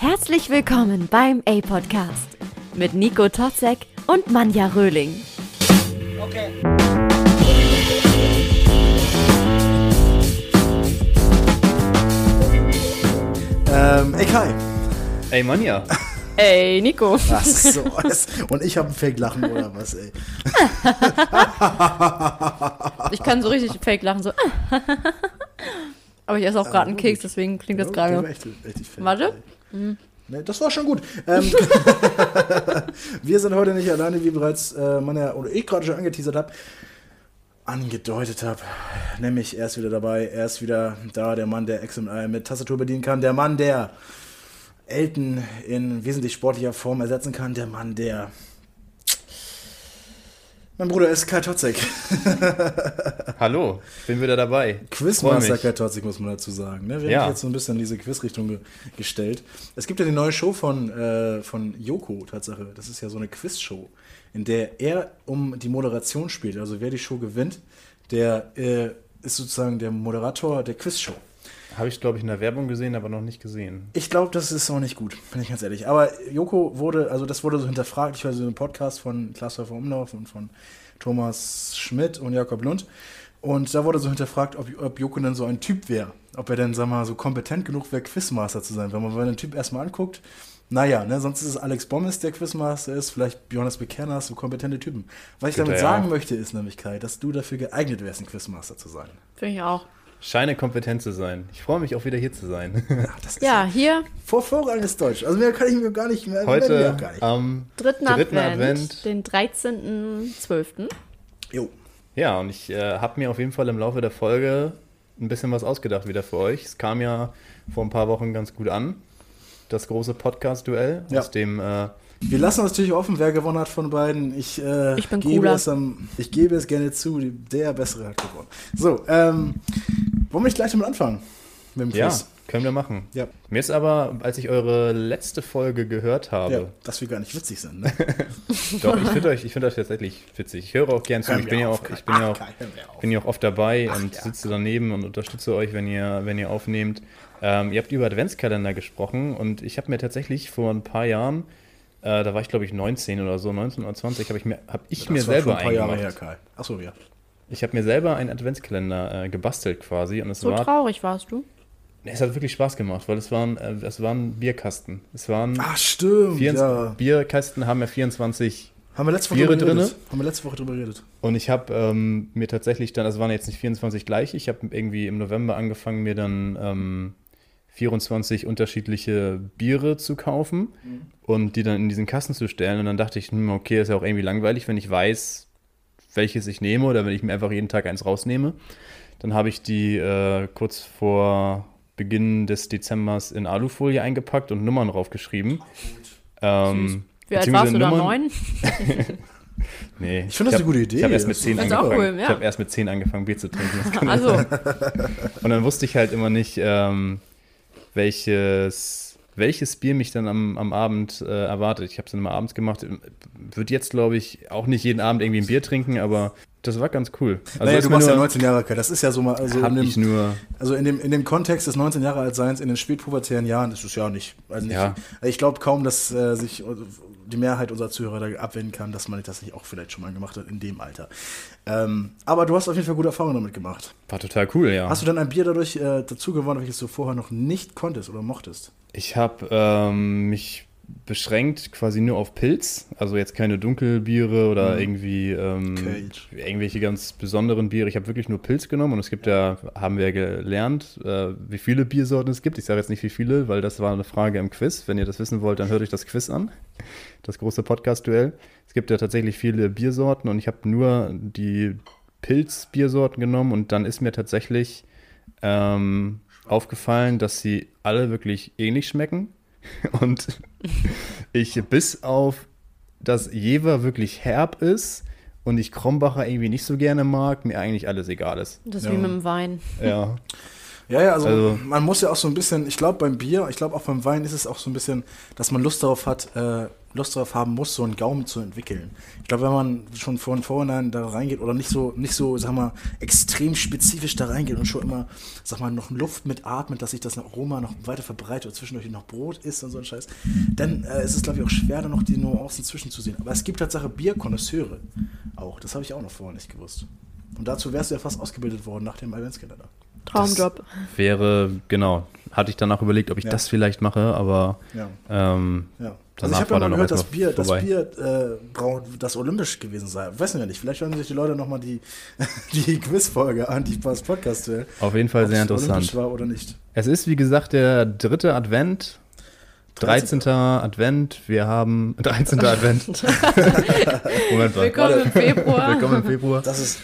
Herzlich willkommen beim A-Podcast mit Nico Totzek und Manja Röhling. Ähm, ey Kai. Ey Manja, Ey, Nico. Ach so, es- und ich habe ein Fake-Lachen oder was, ey. Ich kann so richtig fake lachen, so. Aber ich esse auch gerade einen Keks, deswegen klingt das Der war gerade. echt, richtig fake. Warte. Mhm. Nee, Ne, das war schon gut. Ähm, wir sind heute nicht alleine, wie bereits äh, Manja oder ich gerade schon angeteasert habe, angedeutet habe. Nämlich, er ist wieder dabei, er ist wieder da, der Mann, der XML mit Tastatur bedienen kann, der Mann, der Elton in wesentlich sportlicher Form ersetzen kann, der Mann, der. Mein Bruder ist Kai Totzek. hallo, ich bin wieder dabei. Quizmaster Freu mich. Katotzig, muss man dazu sagen. Ne? Wir Ja. haben dich jetzt so ein bisschen in diese Quiz-Richtung ge gestellt. Es gibt ja die neue Show von, äh, von Joko, Tatsache. Das ist ja so eine Quiz-Show, in der er um die Moderation spielt. Also wer die Show gewinnt, der äh, ist sozusagen der Moderator der Quiz-Show. Habe ich, glaube ich, in der Werbung gesehen, aber noch nicht gesehen. Ich glaube, das ist auch nicht gut, bin ich ganz ehrlich. Aber Joko wurde, also das wurde so hinterfragt. Ich höre so einen Podcast von Klaas Häufer Umlauf und von Thomas Schmidt und Jakob Lund. Und da wurde so hinterfragt, ob, ob Joko denn so ein Typ wäre. Ob er denn, sag mal, so kompetent genug wäre, Quizmaster zu sein. Wenn man einen Typ erstmal anguckt, naja, ne, sonst ist es Alex Bommes, der Quizmaster ist, vielleicht Johannes Bekerner, so kompetente Typen. Was ich Bitte, damit ja. sagen möchte, ist nämlich, Kai, dass du dafür geeignet wärst, ein Quizmaster zu sein. Finde ich auch. Scheine kompetent zu sein. Ich freue mich auch wieder hier zu sein. Ah, Das ist Ja, hier, Vorvorrangiges Deutsch. Also mehr kann ich mir gar nicht mehr mir Heute auch gar nicht. am dritten, Dritten Advent, Advent. den 13.12. Jo. Ja, und ich äh, habe mir auf jeden Fall im Laufe der Folge ein bisschen was ausgedacht wieder für euch. Es kam ja vor ein paar Wochen ganz gut an. Das große Podcast-Duell Ja. aus dem äh, Wir lassen uns natürlich offen, wer gewonnen hat von beiden. Ich, äh, Ich bin gebe cooler. es am, Ich gebe es gerne zu, die- der Bessere hat gewonnen. So, ähm, wollen wir nicht gleich damit anfangen? Mit dem Ja, Quiz? können wir machen. Ja. Mir ist aber, als ich eure letzte Folge gehört habe, Ja, dass wir gar nicht witzig sind, ne? Doch, ich finde euch, ich find euch tatsächlich witzig. Ich höre auch gern zu. Hör Ich mir bin ja auf, auch, Kai. ich bin ja Ach, auch, Kai, hör mir auf. bin ja auch oft dabei und ja. sitze daneben und unterstütze euch, wenn ihr, wenn ihr aufnehmt. Ähm, ihr habt über Adventskalender gesprochen und ich habe mir tatsächlich vor ein paar Jahren, äh, da war ich glaube ich 19 oder so, 19 oder 20, habe ich mir, habe ich mir das war schon selber ein paar Jahre einen her, gemacht. Kai. Achso, ja. Ich habe mir selber einen Adventskalender äh, gebastelt quasi und es So war, traurig warst du. es hat wirklich Spaß gemacht, weil es waren, äh, es waren Bierkasten. Es waren Ah, stimmt. 24 Ja. Bierkasten haben ja 24 Haben wir letzte Woche drüber Biere geredet? Haben wir letzte Woche drüber geredet? Und ich habe ähm, mir tatsächlich dann, das waren jetzt nicht 24 gleich, ich habe irgendwie im November angefangen, mir dann ähm, 24 unterschiedliche Biere zu kaufen und die dann in diesen Kasten zu stellen. Und dann dachte ich, hm, okay, ist ja auch irgendwie langweilig, wenn ich weiß, welches ich nehme oder wenn ich mir einfach jeden Tag eins rausnehme. Dann habe ich die äh, kurz vor Beginn des Dezembers in Alufolie eingepackt und Nummern draufgeschrieben. Ähm, Wie alt warst beziehungsweise du da? Nummern- Neun? Nee. Ich finde das hab- eine gute Idee. Ich habe erst mit Das 10 ist auch angefangen. cool, ja. Ich habe erst mit 10 angefangen, Bier zu trinken. Das kann- Also, Und dann wusste ich halt immer nicht, ähm, welches, welches Bier mich dann am, am Abend äh, erwartet. Ich habe es dann immer abends gemacht. Würde jetzt, glaube ich, auch nicht jeden Abend irgendwie ein Bier trinken, aber das war ganz cool. Also naja, ist du mir warst ja nur- 19 Jahre, Kai. Das ist ja so mal. Also Hab in dem, ich nur. Also in dem, in dem Kontext des 19 Jahre alt Seins in den spätpubertären Jahren ist es ja nicht. Also nicht Ja. Ich glaube kaum, dass äh, sich äh, die Mehrheit unserer Zuhörer da abwenden kann, dass man das nicht auch vielleicht schon mal gemacht hat in dem Alter. Ähm, aber du hast auf jeden Fall gute Erfahrungen damit gemacht. War total cool, ja. Hast du dann ein Bier dadurch äh, dazu gewonnen, welches du vorher noch nicht konntest oder mochtest? Ich habe ähm, mich beschränkt quasi nur auf Pilz, also jetzt keine Dunkelbiere oder irgendwie ähm, Kölsch. irgendwelche ganz besonderen Biere. Ich habe wirklich nur Pilz genommen und es gibt ja, haben wir gelernt, äh, wie viele Biersorten es gibt. Ich sage jetzt nicht wie viele, weil das war eine Frage im Quiz. Wenn ihr das wissen wollt, dann hört euch das Quiz an, das große Podcast-Duell. Es gibt ja tatsächlich viele Biersorten und ich habe nur die Pilz-Biersorten genommen und dann ist mir tatsächlich ähm, aufgefallen, dass sie alle wirklich ähnlich schmecken. Und ich bis auf, dass Jever wirklich herb ist und ich Krombacher irgendwie nicht so gerne mag, mir eigentlich alles egal ist. das ist Ja. wie mit dem Wein. Ja. Ja, ja, also, Also- man muss ja auch so ein bisschen, ich glaube beim Bier, ich glaube auch beim Wein ist es auch so ein bisschen, dass man Lust darauf hat, äh, Lust darauf haben muss, so einen Gaumen zu entwickeln. Ich glaube, wenn man schon von vornherein da reingeht oder nicht so, nicht so, sag mal, extrem spezifisch da reingeht und schon immer, sag mal, noch Luft mit atmet, dass sich das Aroma noch weiter verbreitet oder zwischendurch noch Brot isst und so ein Scheiß, dann äh, ist es, glaube ich, auch schwer, da noch die Nuancen zwischenzusehen. Aber es gibt Tatsache Bierkonnoisseure auch. Das habe ich auch noch vorher nicht gewusst. Und dazu wärst du ja fast ausgebildet worden nach dem Adventskalender. Traumjob. Wäre, genau, hatte ich danach überlegt, ob ich Ja. das vielleicht mache, aber Ja. ähm, Ja. Also Danach ich habe war ja mal dann auch gehört, dass erstmal Bier, dass vorbei. Bier äh, braun, das olympisch gewesen sei. Wissen wir nicht. Vielleicht hören sich die Leute nochmal die, die Quizfolge an, die das Podcast will. auf jeden Fall Ob sehr es Olympisch interessant. war oder nicht. Es ist, wie gesagt, der dritte Advent, 13. 13.. Advent. Wir haben 13. Advent. Moment mal. Willkommen im Februar. Willkommen im Februar. Das ist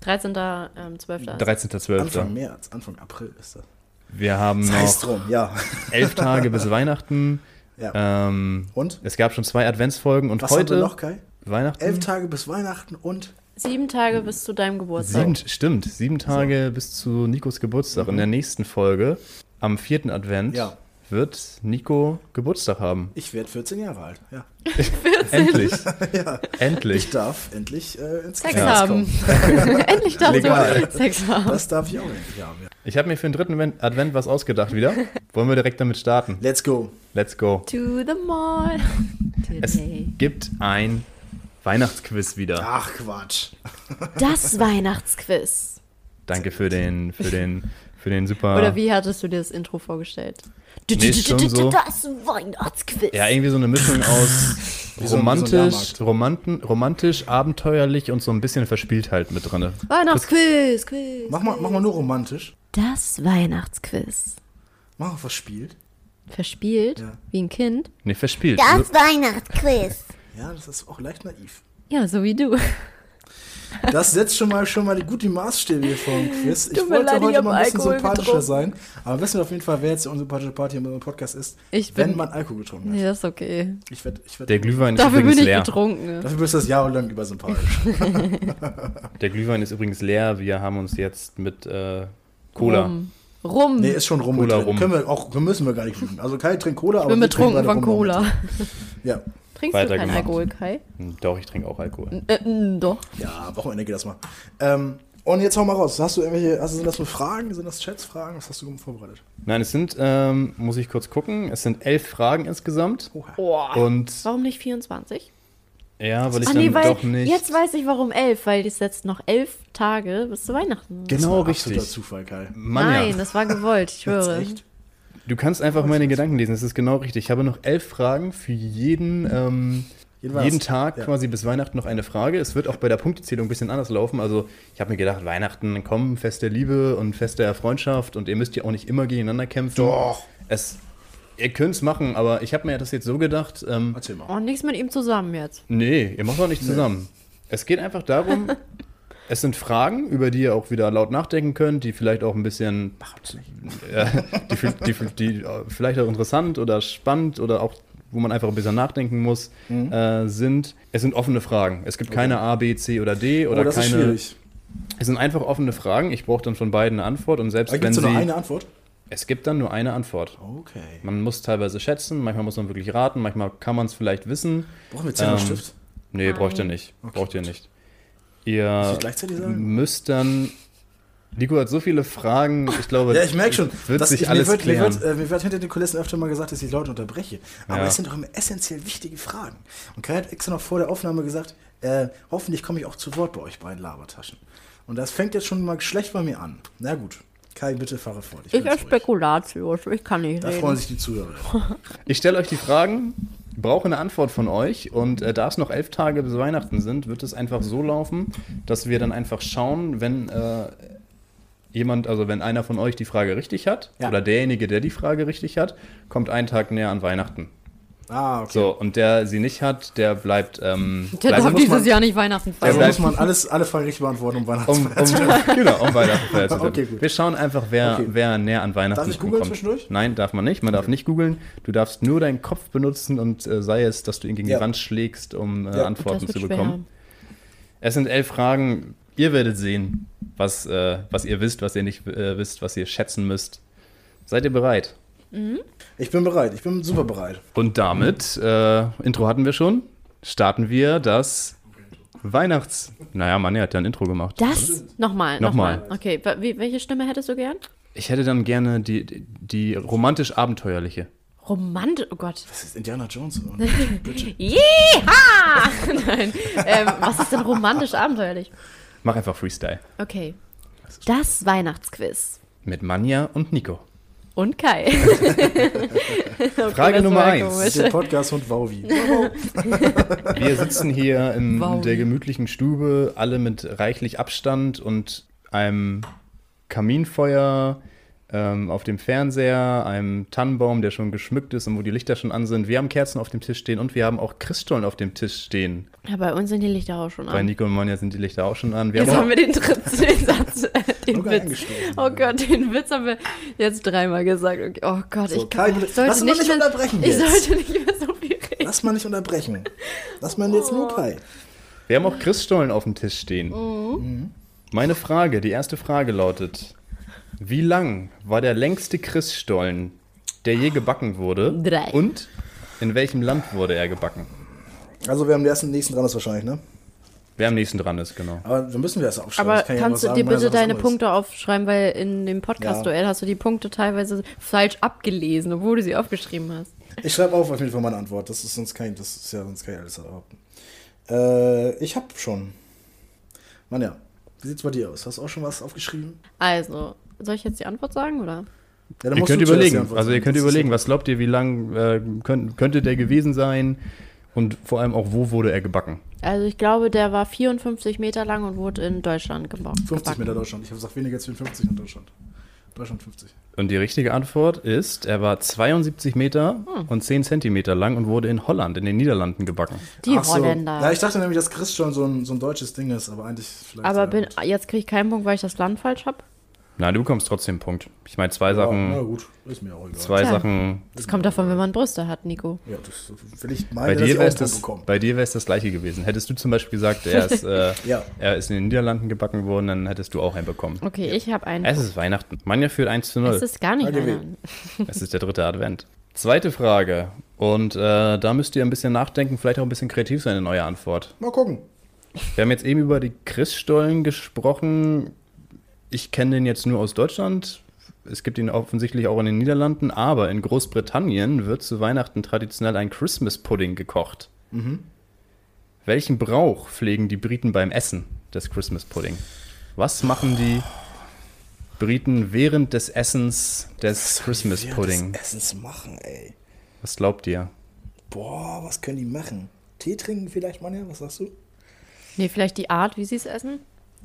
13. Ähm, 12. ist. 13.12. Anfang März, Anfang April ist das. Wir haben Das heißt noch drum, ja. elf Tage bis Weihnachten. ja. Ähm, Und? es gab schon zwei Adventsfolgen und Was haben wir heute Hm? noch, Kai? Weihnachten. Elf Tage bis Weihnachten und Sieben Tage bis zu deinem Geburtstag. Sieben, stimmt, sieben Tage bis zu Nikos Geburtstag. In der nächsten Folge, am vierten Advent, Mhm. Ja. wird Nico Geburtstag haben. ich werde 14 Jahre alt. Ja. Endlich. ja. Ich Endlich. darf endlich äh, ins Sex Gefängnis haben. kommen. Endlich darfst Legal. du Sex haben. Das darf ich auch endlich haben. Ja. Ich habe mir für den dritten Advent- Advent was ausgedacht wieder. Wollen wir direkt damit starten? Let's go. Let's go. To the mall. Es Today. gibt ein Weihnachtsquiz wieder. Ach Quatsch. Das Weihnachtsquiz. Danke für den, für den, für den super. Oder wie hattest du dir das Intro vorgestellt? Nee, ist schon so. Das Weihnachtsquiz. Ja, irgendwie so eine Mischung aus so ein- wie so ein romantisch, Jahrmarkt. romanten, romantisch, abenteuerlich und so ein bisschen Verspieltheit mit drin. Weihnachtsquiz, Quiz. Mach mal, mach mal nur romantisch. Das Weihnachtsquiz. Mach mal verspielt. Verspielt, Ja. wie ein Kind. Nee, verspielt. Das Weihnachtsquiz. Ja, das ist auch leicht naiv. Ja, so wie du. Das setzt schon mal, schon mal gut die Maßstäbe hier vor dem Quiz. Ich Tut mir wollte leid, ich heute hab mal ein bisschen Alkohol sympathischer getrunken. sein. Aber wissen wir auf jeden Fall, wer jetzt der unsympathische Party in unserem Podcast ist, Ich wenn bin- man Alkohol getrunken hat. Nee, das ist okay. Ich werd, ich werd Der Glühwein ist Dafür übrigens bin ich leer. betrunken. Dafür bist du das jahrelang übersympathisch. Der Glühwein ist übrigens leer. Wir haben uns jetzt mit äh, Cola. Rum. Rum. Nee, ist schon rum. Cola mit drin. rum. Können wir auch, müssen wir gar nicht lügen. Also Kai trinkt Cola, ich aber bin wir trinken betrunken beide von rum Cola. damit. Ja. Trinkst du keinen Weitergemacht. Alkohol, Kai? Hm, Doch, ich trinke auch Alkohol. Äh, mh, doch. ja, Wochenende geht das mal. Ähm, und jetzt hau mal raus. Hast du irgendwelche, also sind das nur Fragen? Sind das Chats-Fragen? Was hast du vorbereitet? Nein, es sind, ähm, muss ich kurz gucken, es sind elf Fragen insgesamt. Oha. Und Warum nicht 24? ja, weil ich Ah, dann nee, weil doch nicht. jetzt weiß ich warum 11, weil es jetzt noch 11 Tage bis zu Weihnachten. Das genau war Absoluter richtig. Zufall, Kai. Mann, Nein, ja. das war gewollt, ich Jetzt schwöre. echt? Du kannst einfach meine Gedanken lesen, das ist genau richtig. Ich habe noch elf Fragen für jeden, ähm, Jeden jeden, Weihnachts- Tag ja. quasi bis Weihnachten noch eine Frage. Es wird auch bei der Punktezählung ein bisschen anders laufen. Also ich habe mir gedacht, Weihnachten, komm, Fest der Liebe und Fest der Freundschaft und ihr müsst ja auch nicht immer gegeneinander kämpfen. Doch. Es, ihr könnt es machen, aber ich habe mir das jetzt so gedacht, ähm, Erzähl mal. Und Oh, nichts mit ihm zusammen jetzt. Nee, ihr macht doch nicht zusammen. Es geht einfach darum, es sind Fragen, über die ihr auch wieder laut nachdenken könnt, die vielleicht auch ein bisschen, ja, die, viel- die, viel- die äh, vielleicht auch interessant oder spannend oder auch, wo man einfach ein bisschen nachdenken muss, Mhm. äh, sind. Es sind offene Fragen. Es gibt keine A, B, C oder D oder oh, das ist keine. schwierig. Es sind einfach offene Fragen. Ich brauche dann von beiden eine Antwort und selbst Da gibt wenn es sie. nur eine Antwort. Es gibt dann nur eine Antwort. Okay. Man muss teilweise schätzen, manchmal muss man wirklich raten, manchmal kann man es vielleicht wissen. Brauchen wir Zettel und Ähm, Stift? Nee, Ah, braucht ihr nicht. braucht ihr nicht. Ihr ich gleichzeitig sagen? müsst dann. Nico hat so viele Fragen, ich glaube, Ja, ich merke schon, wird dass sich ich, alles mir, wird, mir, klären. wird, äh, mir wird hinter den Kulissen öfter mal gesagt, dass ich Leute unterbreche. Aber Ja. es sind doch immer essentiell wichtige Fragen. Und Kai hat extra noch vor der Aufnahme gesagt, äh, hoffentlich komme ich auch zu Wort bei euch beiden Labertaschen. Und das fängt jetzt schon mal schlecht bei mir an. Na gut. Kai, bitte fahre fort. Ich bin als jetzt ruhig. Spekulatius, ich kann nicht Da freuen reden. sich die Zuhörer. ich stelle euch die Fragen, brauche eine Antwort von euch und äh, da es noch elf Tage bis Weihnachten sind, wird es einfach so laufen, dass wir dann einfach schauen, wenn äh, jemand, also wenn einer von euch die Frage richtig hat Ja. oder derjenige, der die Frage richtig hat, kommt einen Tag näher an Weihnachten. Ah, okay. So, und der sie nicht hat, der bleibt. Ähm, Der bleibt darf muss dieses man- Jahr nicht Weihnachten Also Ja, feiern. muss bleibt- man alles, alle Fragen richtig beantworten, um um, Weihnachtsfeier um, genau, um Weihnachten feiern zu können. Okay, gut. Wir schauen einfach, wer, Okay. wer näher an Weihnachten Darf ich dran googeln kommt. zwischendurch? Nein, darf man nicht. Man darf nicht googeln. Du darfst nur deinen Kopf benutzen und äh, sei es, dass du ihn gegen Ja. die Wand schlägst, um äh, Ja. Antworten Das zu wird bekommen. Es sind elf Fragen. Ihr werdet sehen, was, äh, was ihr wisst, was ihr nicht äh, wisst, was ihr schätzen müsst. Seid ihr bereit? Ich bin bereit, ich bin super bereit. Und damit, äh, Intro hatten wir schon, starten wir das Weihnachts... Naja, Manni hat ja ein Intro gemacht. Das? Nochmal, Nochmal. nochmal. Okay, wa- wie, welche Stimme hättest du gern? Ich hätte dann gerne die, die- die romantisch-abenteuerliche. Romantisch, oh Gott. Das ist Indiana Jones. oder? Jeha! Nein. Ähm, was ist denn romantisch abenteuerlich? Mach einfach Freestyle. Okay. Das Weihnachtsquiz. Mit Manja und Nico. Und Kai. Okay, Frage das Nummer war eins. Das ist der Podcast und Wauwi. Wir sitzen hier in Wow. der gemütlichen Stube, alle mit reichlich Abstand und einem Kaminfeuer ähm, auf dem Fernseher, einem Tannenbaum, der schon geschmückt ist und wo die Lichter schon an sind. Wir haben Kerzen auf dem Tisch stehen und wir haben auch Christstollen auf dem Tisch stehen. Ja, bei uns sind die Lichter auch schon Bei an. Nico und Monja sind die Lichter auch schon an. Wir Ah. Jetzt haben haben wir den dritten den Satz, äh, den Sogar Witz. eingestoßen. Oh Gott, den Witz haben wir jetzt dreimal gesagt. Okay, oh Gott, So, ich Kai, kann, bitte- ich sollte lass uns nicht doch nicht mehr, unterbrechen Ich jetzt. sollte nicht mehr so viel reden. Lass mal nicht unterbrechen. Lass mal jetzt Oh. nur Kai. wir haben auch Christstollen auf dem Tisch stehen. Mhm. Meine Frage, die erste Frage lautet: Wie lang war der längste Christstollen, der je gebacken wurde? Drei. Und in welchem Land wurde er gebacken? Also wir haben den ersten nächsten dran ist wahrscheinlich, ne? Wer am nächsten dran ist, genau. Aber dann müssen wir das aufschreiben. Aber Ich kann ja kannst was du dir sagen, weil bitte das was deine anderes ist. Punkte aufschreiben, weil in dem Podcast-Duell hast du die Punkte teilweise falsch abgelesen, obwohl du sie aufgeschrieben hast. Ich schreibe auf auf jeden Fall meine Antwort. Das ist sonst kein, das ist ja sonst kein alles behaupten. Äh, ich hab schon. Mann, ja. Wie sieht's bei dir aus? Hast du auch schon was aufgeschrieben? Also, soll ich jetzt die Antwort sagen, oder? Ja, dann Ihr musst könnt du zuerst die überlegen, Antwort also ihr sagen. könnt Das ist- überlegen, was glaubt ihr, wie lang äh, könnt, könnte der gewesen sein und vor allem auch, wo wurde er gebacken? Also, ich glaube, der war 54 Meter lang und wurde in Deutschland gebaut. 50 Meter Deutschland. Ich habe gesagt, weniger als 54 in Deutschland. Deutschland 50. Und die richtige Antwort ist, er war 72 Meter und 10 Zentimeter lang und wurde in Holland, in den Niederlanden gebacken. Die Ach so. Holländer. Ja, ich dachte nämlich, dass Christ schon so ein, so ein deutsches Ding ist, aber eigentlich vielleicht. Aber ja, bin, gut. jetzt kriege ich keinen Punkt, weil ich das Land falsch habe. Nein, du bekommst trotzdem einen Punkt. Ich meine, zwei Ja, na Sachen, gut, ist mir auch egal. zwei Tja. Sachen. Das kommt davon, wenn man Brüste hat, Nico. Ja, das will ich meine, Bei dass dir ich wäre es auch das, bekommen. bei dir wär's das gleiche gewesen. Hättest du zum Beispiel gesagt, er ist, äh, Ja. er ist in den Niederlanden gebacken worden, dann hättest du auch einen bekommen. Okay, ich habe einen. Es ist Weihnachten. Manja führt 1 zu 0. Es ist gar nicht Danke, einer. Es ist der dritte Advent. Zweite Frage. Und äh, da müsst ihr ein bisschen nachdenken, vielleicht auch ein bisschen kreativ sein in eurer Antwort. Mal gucken. Wir haben jetzt eben über die Christstollen gesprochen. Ich kenne den jetzt nur aus Deutschland. Es gibt ihn offensichtlich auch in den Niederlanden, aber in Großbritannien wird zu Weihnachten traditionell ein Christmas Pudding gekocht. Welchen Brauch pflegen die Briten beim Essen des Christmas Pudding? Was machen die Briten während des Essens des Christmas Wir Pudding? das Essens machen, ey. Was glaubt ihr? Boah, was können die machen? Tee trinken vielleicht, Manja? Was sagst du? Nee, vielleicht die Art, wie sie es essen.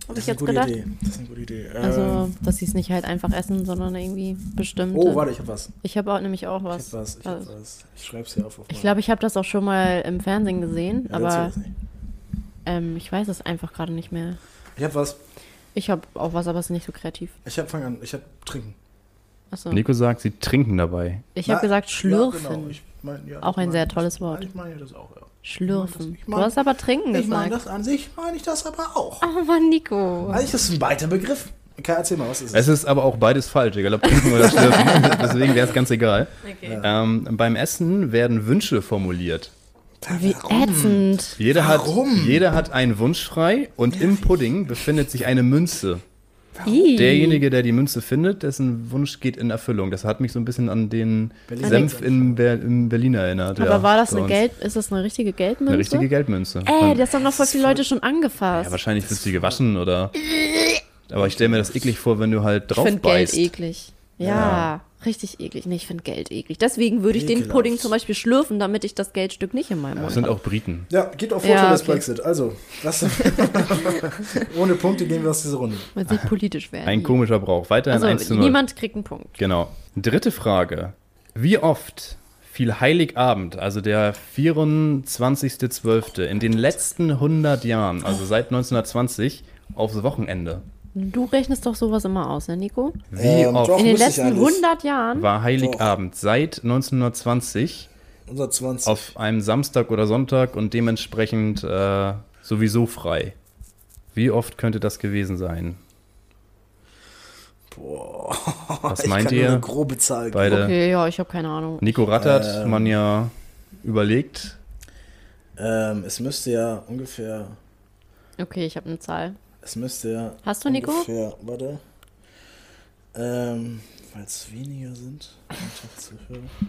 Habe ich ist eine jetzt gute gedacht. Idee. Das ist eine gute Idee. Also, ähm, dass sie es nicht halt einfach essen, sondern irgendwie bestimmt. oh, warte, ich hab was. Ich habe auch nämlich auch was. Ich hab was. Ich hab Also, was. Ich schreib's hier auf. auf ich glaube, ich habe das auch schon mal im Fernsehen gesehen, meinen- Ja, aber erzähl das nicht. ähm, ich weiß es einfach gerade nicht mehr. Ich hab was. Ich habe auch was, aber es ist nicht so kreativ. Ich hab, fang an. Ich hab trinken. Achso. Nico sagt, sie trinken dabei. Ich habe Na, gesagt schlürfen. Ja, genau. ich mein, ja, Auch ich ein mein, sehr tolles ich, Wort. Ich meine das auch, ja. Schlürfen. Ich mein- du hast aber trinken Ich meine gesagt. das an sich, meine ich das aber auch. Oh Mann, Nico. Eigentlich ist es ein weiter Begriff. Kai, erzähl mal, was ist es? Es ist aber auch beides falsch, egal ob trinken oder schlürfen. Deswegen wäre es ganz egal. Ähm, beim Essen werden Wünsche formuliert. Wie ätzend. Jeder hat, Warum? jeder hat einen Wunsch frei und im Pudding befindet sich eine Münze. Ih. Derjenige, der die Münze findet, dessen Wunsch geht in Erfüllung. Das hat mich so ein bisschen an den Berliner Senf Senf. in, Ber in Berlin erinnert. Aber ja, war das bei eine uns. Geld, ist das eine richtige Geldmünze? Eine richtige Geldmünze. Ey, Man- das haben noch voll viele Leute schon ja, angefasst. wahrscheinlich wird sie gewaschen oder. Aber ich stelle mir das eklig vor, wenn du halt ich drauf finde Geld beißt. eklig. Ja, richtig eklig. Nee, ich finde Geld eklig. Deswegen würde ich den Ekelhaft. Pudding zum Beispiel schlürfen, damit ich das Geldstück nicht in meinem Das Mund sind habe. auch Briten. Ja, geht auf Vorteil Ja, des okay. Brexit. Also, das, ohne Punkte gehen wir aus dieser Runde. Weil sie politisch werden. Äh, Ein komischer Brauch. Weiterhin also, 1 zu 0. niemand kriegt einen Punkt. Genau. Dritte Frage. Wie oft fiel Heiligabend, also der 24.12., in den letzten 100 Jahren, also seit 1920, aufs Wochenende? Du rechnest doch sowas immer aus, ne, Nico? Wie Ähm, oft doch. In den Muss ich letzten alles? 100 Jahren. war Heiligabend seit 1920 Unser 20. auf einem Samstag oder Sonntag und dementsprechend äh, sowieso frei? Wie oft könnte das gewesen sein? Boah. Was ich meint kann nur ihr? eine grobe Zahl geben. Beide. Okay, ja, ich habe keine Ahnung. Nico Rattert, Ähm. man ja überlegt. Ähm, es müsste ja ungefähr. Okay, ich habe eine Zahl. Es müsste ja. Hast du, Nico? Ungefähr, warte. Ähm, weil es weniger sind.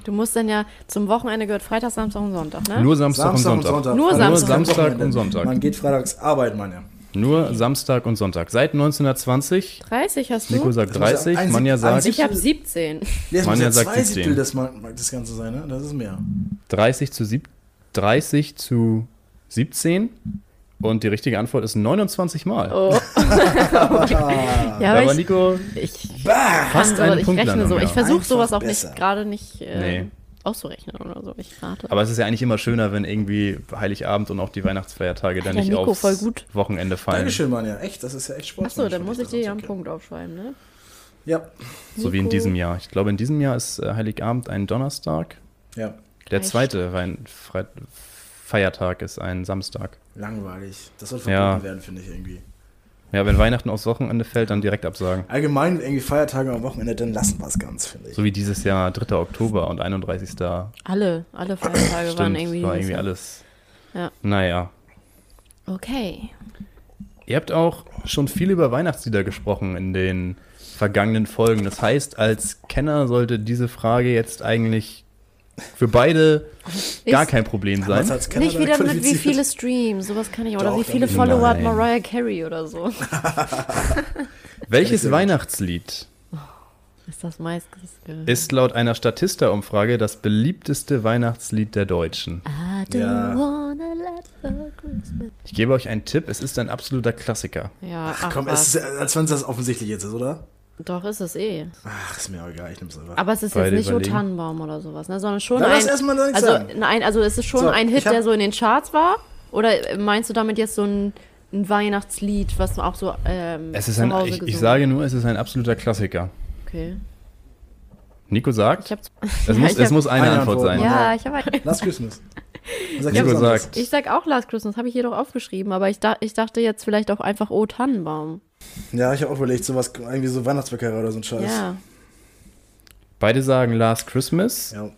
Du musst dann ja zum Wochenende gehört Freitag, Samstag und Sonntag, ne? Nur Samstag, und Sonntag. Nur Freitag Samstag. ist kein Samstag und Wochenende. Sonntag. Man geht freitags arbeiten, man ja. Nur Samstag und Sonntag. Seit 1920. 30 hast du? Nico sagt Das muss ja 30, ein Sieb- Manja ein sagt Sieb- ich habe 17. Nee, es Man muss ja ja sagt zwei 17. Siebtel das, mag, mag das Ganze sein, ne? Das ist mehr. 30 zu, sieb 30 zu 17. Und die richtige Antwort ist 29 Mal. Oh. ja, aber aber ich, Nico, ich Bah! fast kann sowas, eine ich rechne Punktlandung. so. Ich ja. versuche sowas Einfach auch nicht besser. gerade nicht äh, Nee. auszurechnen oder so. Ich rate. Aber es ist ja eigentlich immer schöner, wenn irgendwie Heiligabend und auch die Weihnachtsfeiertage dann Ja, nicht Nico, aufs voll gut. Wochenende fallen. Dankeschön, man ja. Echt, das ist ja echt Sport. Achso, dann muss ich dir ja einen Punkt aufschreiben, ne? Ja, So wie in Nico. diesem Jahr. Ich glaube, in diesem Jahr ist äh, Heiligabend ein Donnerstag. ja. Der Echt? zweite Wein Fre Feiertag ist ein Samstag. Langweilig. Das sollte verboten Ja. werden, finde ich irgendwie. Ja, wenn Weihnachten aufs Wochenende fällt, dann direkt absagen. Allgemein irgendwie Feiertage am Wochenende, dann lassen wir es ganz, finde ich. So wie dieses Jahr 3. Oktober und 31. Stimmt, Alle, alle Feiertage waren irgendwie. war irgendwie alles. Ja. Naja. Okay. Ihr habt auch schon viel über Weihnachtslieder gesprochen in den vergangenen Folgen. Das heißt, als Kenner sollte diese Frage jetzt eigentlich für beide gar Ist- kein Problem Damals sein. hat's keiner Nicht wieder mit wie qualifiziert. viele Streams, sowas kann ich. Oder Doch, wie viele dann- Follower hat Nein. Mariah Carey oder so. Welches sehr gut. Weihnachtslied Ist das meistens. ist laut einer Statista-Umfrage das beliebteste Weihnachtslied der Deutschen? I don't Ja. wanna let the Christmas. Ich gebe euch einen Tipp, es ist ein absoluter Klassiker. Ja, ach, Komm, es was. ist, als wenn es das offensichtlich jetzt ist, oder? Doch, ist es eh. Ach, ist mir auch egal, ich nehm's einfach. Aber es ist Beide jetzt nicht O überlegen. Tannenbaum oder sowas, ne? sondern schon Na, lass ein. erst mal nichts also, sagen. nein, also es ist schon So, ein ich Hit, hab- der so in den Charts war? Oder meinst du damit jetzt so ein, ein Weihnachtslied, was auch so. Ähm, Es ist zu ein, Hause ich, ich gesungen- sage nur, es ist ein absoluter Klassiker. Okay. Nico Ich sagt, hab, es, muss, ich es hab- muss eine Eine Antwort Antwort. sein. ja, ich habe. Last Christmas. Sag Nico was anderes. sagt- Ich sag auch Last Christmas, habe ich hier doch aufgeschrieben, aber ich, da, ich dachte jetzt vielleicht auch einfach O Tannenbaum. Ja, ich habe auch überlegt, sowas, irgendwie so Weihnachtsbäckerei oder so ein Scheiß. Ja. Beide sagen Last Christmas. Ja.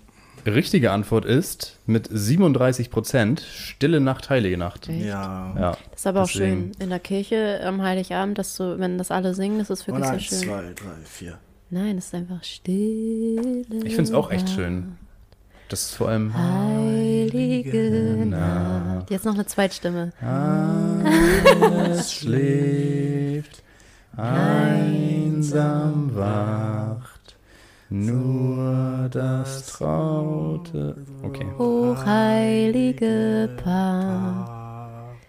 Richtige Antwort ist mit 37 Prozent Stille Nacht, Heilige Nacht. Echt? ja. Ja. Das ist aber auch Deswegen. schön in der Kirche am Heiligabend, dass du, wenn das alle singen, das ist Und wirklich so eins, schön. zwei, drei, vier. Nein, es ist einfach still. Ich finde es auch echt schön. Das ist vor allem. Heilige Nacht. Jetzt noch eine Zweitstimme. Alles schläft, einsam wacht, nur das traute. Okay. Hochheilige Paar.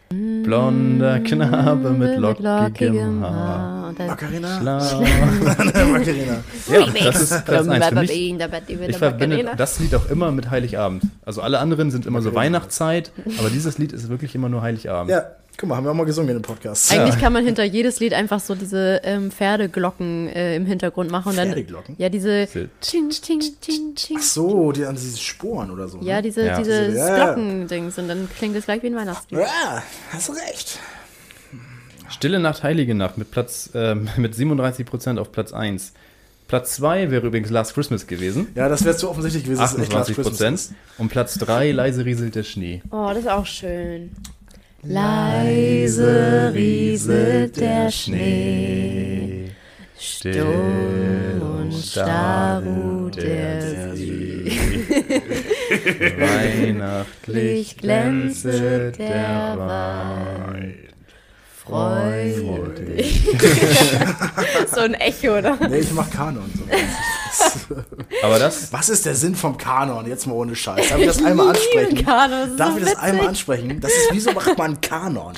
Blonder Knabe mit lockigem lockigem Haar. Haar. Und dann- Macarena? Klar. Macarena. Ja, das ist Platz 1 für mich. Ich Ich verbinde ne? das Lied auch immer mit Heiligabend. Also alle anderen sind immer so Weihnachtszeit, aber dieses Lied ist wirklich immer nur Heiligabend. Ja, guck mal, haben wir auch mal gesungen in dem Podcast. Eigentlich kann man hinter jedes Lied einfach so diese ähm, Pferdeglocken äh, im Hintergrund machen. Und dann, Pferdeglocken? Ja, diese. Diese- Ching, ching, ching, ching. Ach so, die an diesen Sporen oder so. Ja, ne? diese, Ja. dieses Diese- ja, ja. Glockendings. Und dann klingt es gleich wie ein Weihnachtslied. Ja, hast recht. Stille Nacht, Heilige Nacht mit Platz ähm, mit 37% auf Platz 1. Platz 2 wäre übrigens Last Christmas gewesen. Ja, das wärst du offensichtlich gewesen. dass es echt Last 28 Christmas ist. Prozent. Und Platz 3, leise rieselt der Schnee. Oh, das ist auch schön. Leise rieselt der Schnee, stumm und starr ruht der Weihnachtlich Licht glänzet der Wein. Freude. So ein Echo, ne? oder? Nee, ich mach Kanon. So. Aber das, Was ist der Sinn vom Kanon? Jetzt mal ohne Scheiß. Darf ich das einmal ansprechen? Kanon, das ist Darf so ich das witzig. einmal ansprechen? Das ist, wieso macht man Kanon?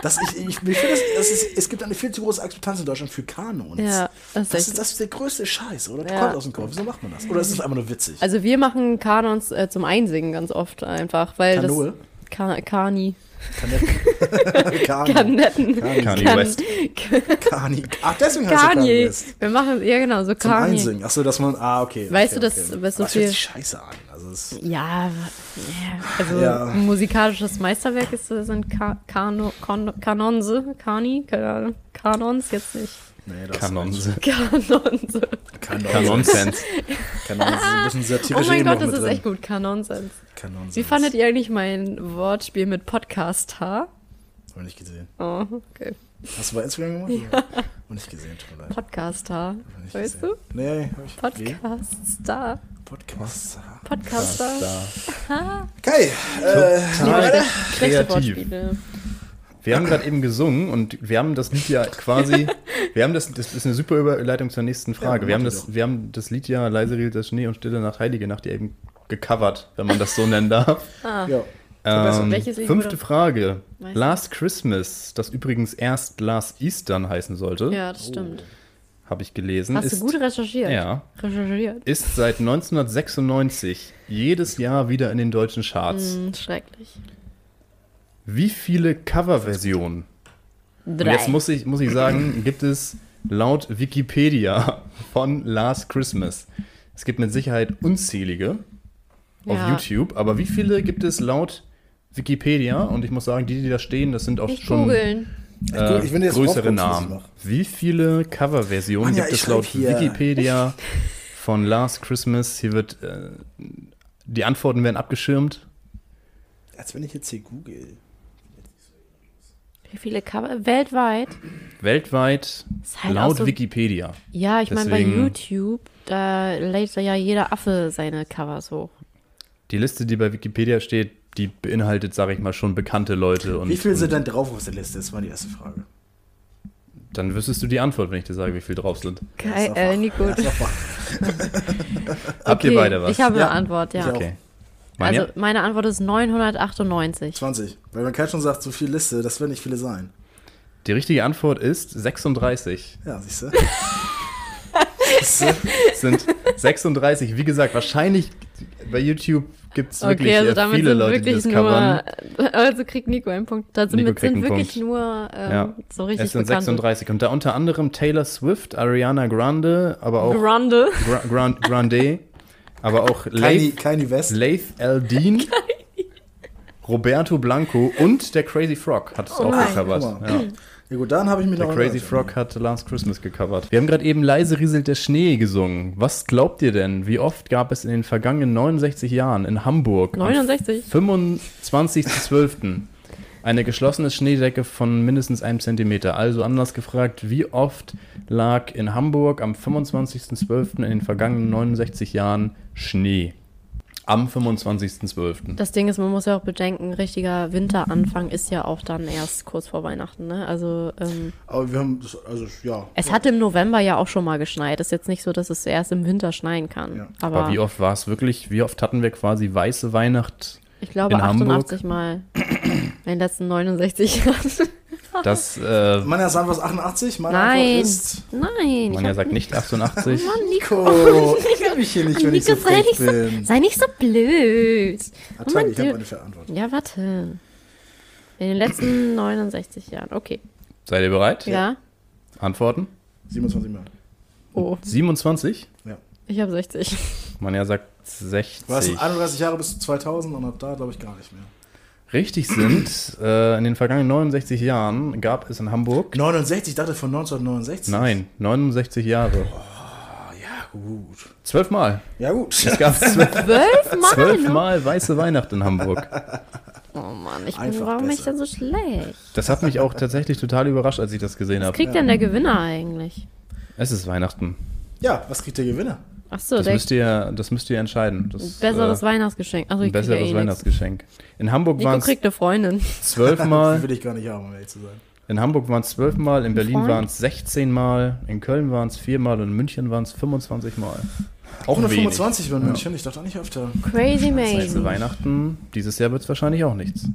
Das ich, ich, ich finde, das, das ist, es gibt eine viel zu große Akzeptanz in Deutschland für Kanons. Ja, das ist das echt- ist, das ist der größte Scheiß, oder? Ja. Kommt aus dem Kopf. Wieso macht man das? Oder ist es einfach nur witzig? Also wir machen Kanons äh, zum Einsingen ganz oft einfach, weil Kanoe? das Ka Kani. also Kani. Kanetten. Kani. Kanye Kan- West. Kani. Ach, deswegen heißt er Kanye Kanye. West. Wir machen, ja genau, so Zum Kanye. Einsingen. Achso, dass man. Ah, okay. Weißt okay, du, dass- okay. was so Aber es hört viel- sich scheiße an. Also, es ist Ja, ja, also Ja. ein musikalisches Meisterwerk ist sind Ka Kano, Kon Kanonse, Kani, keine Ahnung, Kanons, jetzt nicht. nee, das Kanons. Kanonse. Kanons. Kanonsens. Kanons. Ein bisschen Oh satirische mein Ebene noch Gott, das mit ist drin. echt gut, Kanonsens. Kanons. Wie fandet ihr eigentlich mein Wortspiel mit Podcast H? Hab ich nicht gesehen. Oh, okay. Hast du bei Instagram gemacht? Ja. Hab nicht gesehen, tut mir leid. Podcast H. Hab nicht Weißt gesehen. du? Nee, hab ich. Wie? Podcast Star. Podcast. Ah. Podcast Star. Da. Geil. Äh, Total Schlechte kreativ. Hm? Wortspiele. Wir haben gerade eben gesungen und wir haben das Lied ja quasi, wir haben das, das ist eine super Überleitung zur nächsten Frage. Ja, wir, haben mach die das, wir haben das Lied ja Leise redet der Schnee und Stille Nacht Heilige Nacht ja eben gecovert, wenn man das so nennen darf. Ah. ja. Ähm, Welches Lied fünfte wurde- Frage. Weiß Last Christmas, das übrigens erst Last Eastern heißen sollte, Ja, das stimmt. habe ich gelesen. Hast Oh. ist, du gut recherchiert? Ja. Recherchiert. Ist seit 1996 jedes Jahr wieder in den deutschen Charts. Hm, schrecklich. Wie viele Coverversionen? Und Drei. jetzt muss ich, muss ich sagen, gibt es laut Wikipedia von Last Christmas. Es gibt mit Sicherheit unzählige auf Ja. YouTube, aber wie viele gibt es laut Wikipedia? Und ich muss sagen, die, die da stehen, das sind oft nicht schon googeln. äh, Ich will jetzt größere draufkommen, was ich Namen. mache. Wie viele Coverversionen Anja, gibt ich es laut schreib hier. Wikipedia von Last Christmas? Hier wird äh, die Antworten werden abgeschirmt. Als wenn ich jetzt hier google. Wie viele Cover? Weltweit? Weltweit Ist halt auch laut so- Wikipedia. Ja, ich meine, bei Deswegen- YouTube, da lädt ja jeder Affe seine Covers hoch. Die Liste, die bei Wikipedia steht, die beinhaltet, sage ich mal, schon bekannte Leute. Und, Wie viele und sind dann drauf auf der Liste? Das war die erste Frage. Dann wüsstest du die Antwort, wenn ich dir sage, wie viele drauf sind. Geil, Erster äh, Fach. Nico. Erster Fach. Habt ihr Okay, beide was? Ich habe Ja. eine Antwort, ja. Ich auch. okay. Manja? Also meine Antwort ist 998. 20. Weil wenn Kai schon sagt, so viel Liste, das werden nicht viele sein. die richtige Antwort ist 36. Ja, siehst du? Es sind 36. Wie gesagt, wahrscheinlich bei YouTube gibt es wirklich okay, also äh, damit viele sind Leute, die wirklich das nur, covern. also kriegt Nico einen Punkt. Da sind, Nico mit, kriegt einen sind wirklich Punkt. nur ähm, Ja. so richtig es sind bekannte. 36. Und da unter anderem Taylor Swift, Ariana Grande, aber auch Grande. Gra Grand Grande, aber auch Kanye, Leif Kanye West. Laith L. Dean, Roberto Blanco und der Crazy Frog hat es auch nein. gecovert. Guck mal. Ja. Ja gut, dann habe ich mich Der noch Crazy erinnert. Frog hat Last Christmas gecovert. Wir haben gerade eben leise rieselt der Schnee gesungen. Was glaubt ihr denn? Wie oft gab es in den vergangenen 69 Jahren in Hamburg 69? am 25.12. eine geschlossene Schneedecke von mindestens einem Zentimeter? Also anders gefragt, wie oft lag in Hamburg am 25.12. in den vergangenen 69 Jahren Schnee? Am 25.12. Das Ding ist, man muss ja auch bedenken, richtiger Winteranfang ist ja auch dann erst kurz vor Weihnachten. Ne? Also ähm, Aber wir haben, das, also ja. es hat im November ja auch schon mal geschneit. Ist jetzt nicht so, dass es erst im Winter schneien kann. Ja. Aber, Aber wie oft war es wirklich? Wie oft hatten wir quasi weiße Weihnacht? ich glaube in Hamburg? 88 Mal in den letzten 69 Jahren. Das äh, Meine Antwort ist 88, meine Nein, Antwort ist... nein. Man ja sagt nicht 88. Nico, ich kann mich hier nicht, wenn ich so sei, frech nicht so, bin. sei nicht so blöd. Attacke, Ah, ich Mann, habe du- eine Verantwortung. ja, warte. In den letzten 69 Jahren. Okay. Seid ihr bereit? Ja. Antworten? 27 Mal. Oh, 27? ich habe 60. Man ja sagt 60. War es 31 Jahre bis zu 2000 und ab da glaube ich gar nicht mehr. Richtig sind, äh, in den vergangenen 69 Jahren gab es in Hamburg. 69, ich dachte von 1969. Nein, 69 Jahre. Ah, ja, gut. Zwölfmal. Ja, gut. Es gab zwölf, Zwölf Mal? zwölfmal weiße Weihnacht in Hamburg. Oh Mann, ich bin, Einfach warum bin ich besser. denn so schlecht? Das hat mich auch tatsächlich total überrascht, als ich das gesehen Was habe. kriegt denn der Gewinner eigentlich? Es ist Weihnachten. Ja, was kriegt der Gewinner? Achso, Das der müsst ihr, das müsst ihr entscheiden. Das, besseres äh, Weihnachtsgeschenk. Achso, ein ich krieg ja besseres eh nichts. Weihnachtsgeschenk. In Hamburg waren Nico es kriegt eine Freundin. Das zwölfmal. will ich gar nicht haben, um ehrlich zu sein. In Hamburg waren es zwölfmal, in Berlin Freund? waren es 16 Mal, in Köln waren es viermal und in München waren es 25 Mal. Auch wenig. 125 über München, ich dachte auch nicht öfter. Crazy Weiße Maze. Weihnachten, dieses Jahr wird es wahrscheinlich auch nichts.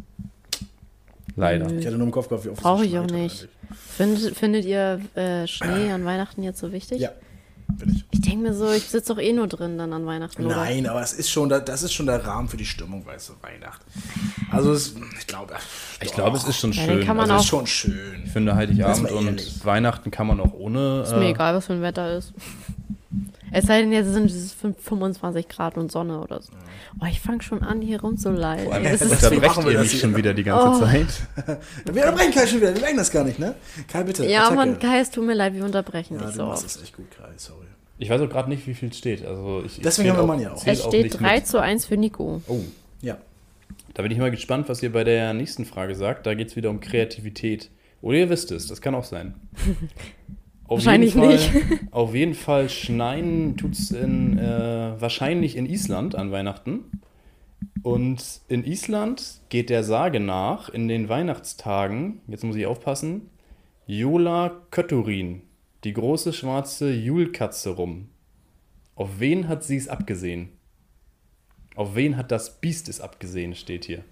Leider. Hm. Ich hatte nur im Kopf gehabt, wie oft es Brauche ich geschneit auch hat, nicht. eigentlich. Findet, findet ihr äh, Schnee an Weihnachten jetzt so wichtig? Ja. bin ich. Ich denke mir so, ich sitze doch eh nur drin dann an Weihnachten. oder? Nein, aber es ist schon, da- das ist schon der Rahmen für die Stimmung, weißt du, Weihnachten. Also es, ich glaube, Ich glaube, es ist schon Ja, schön. dann kann man also das auch- ist schon schön. ich finde Heiligabend Lass mal ehrlich. und Weihnachten kann man auch ohne. äh, Ist mir egal, was für ein Wetter ist. Es sei denn, jetzt sind es 25 Grad und Sonne oder so. Oh, ich fange schon an, hier rumzuleiden. Vor allem Das ist- deswegen unterbrecht machen wir ihr das mich hier. schon wieder die ganze Oh. Zeit. Wir unterbrechen Kai schon wieder, wir merken das gar nicht, ne? Kai, bitte. Ja, Attacke. Mann, Kai, es tut mir leid, wir unterbrechen Ja, dich du so machst oft. es echt gut, Kai, sorry. Ich weiß auch gerade nicht, wie viel steht. Also ich, ich Deswegen zähl haben wir Manja auch. zähl Es steht nicht 3 mit. zu 1 für Nico. Oh, Ja. da bin ich mal gespannt, was ihr bei der nächsten Frage sagt. Da geht es wieder um Kreativität. Oder ihr wisst es, das kann auch sein. Auf Wahrscheinlich jeden Fall, nicht. Auf jeden Fall schneien tut es äh, wahrscheinlich in Island an Weihnachten. Und in Island geht der Sage nach, in den Weihnachtstagen, jetzt muss ich aufpassen, Jola Kötturin, die große schwarze Julkatze rum. Auf wen hat sie es abgesehen? Auf wen hat das Biest es abgesehen, steht hier.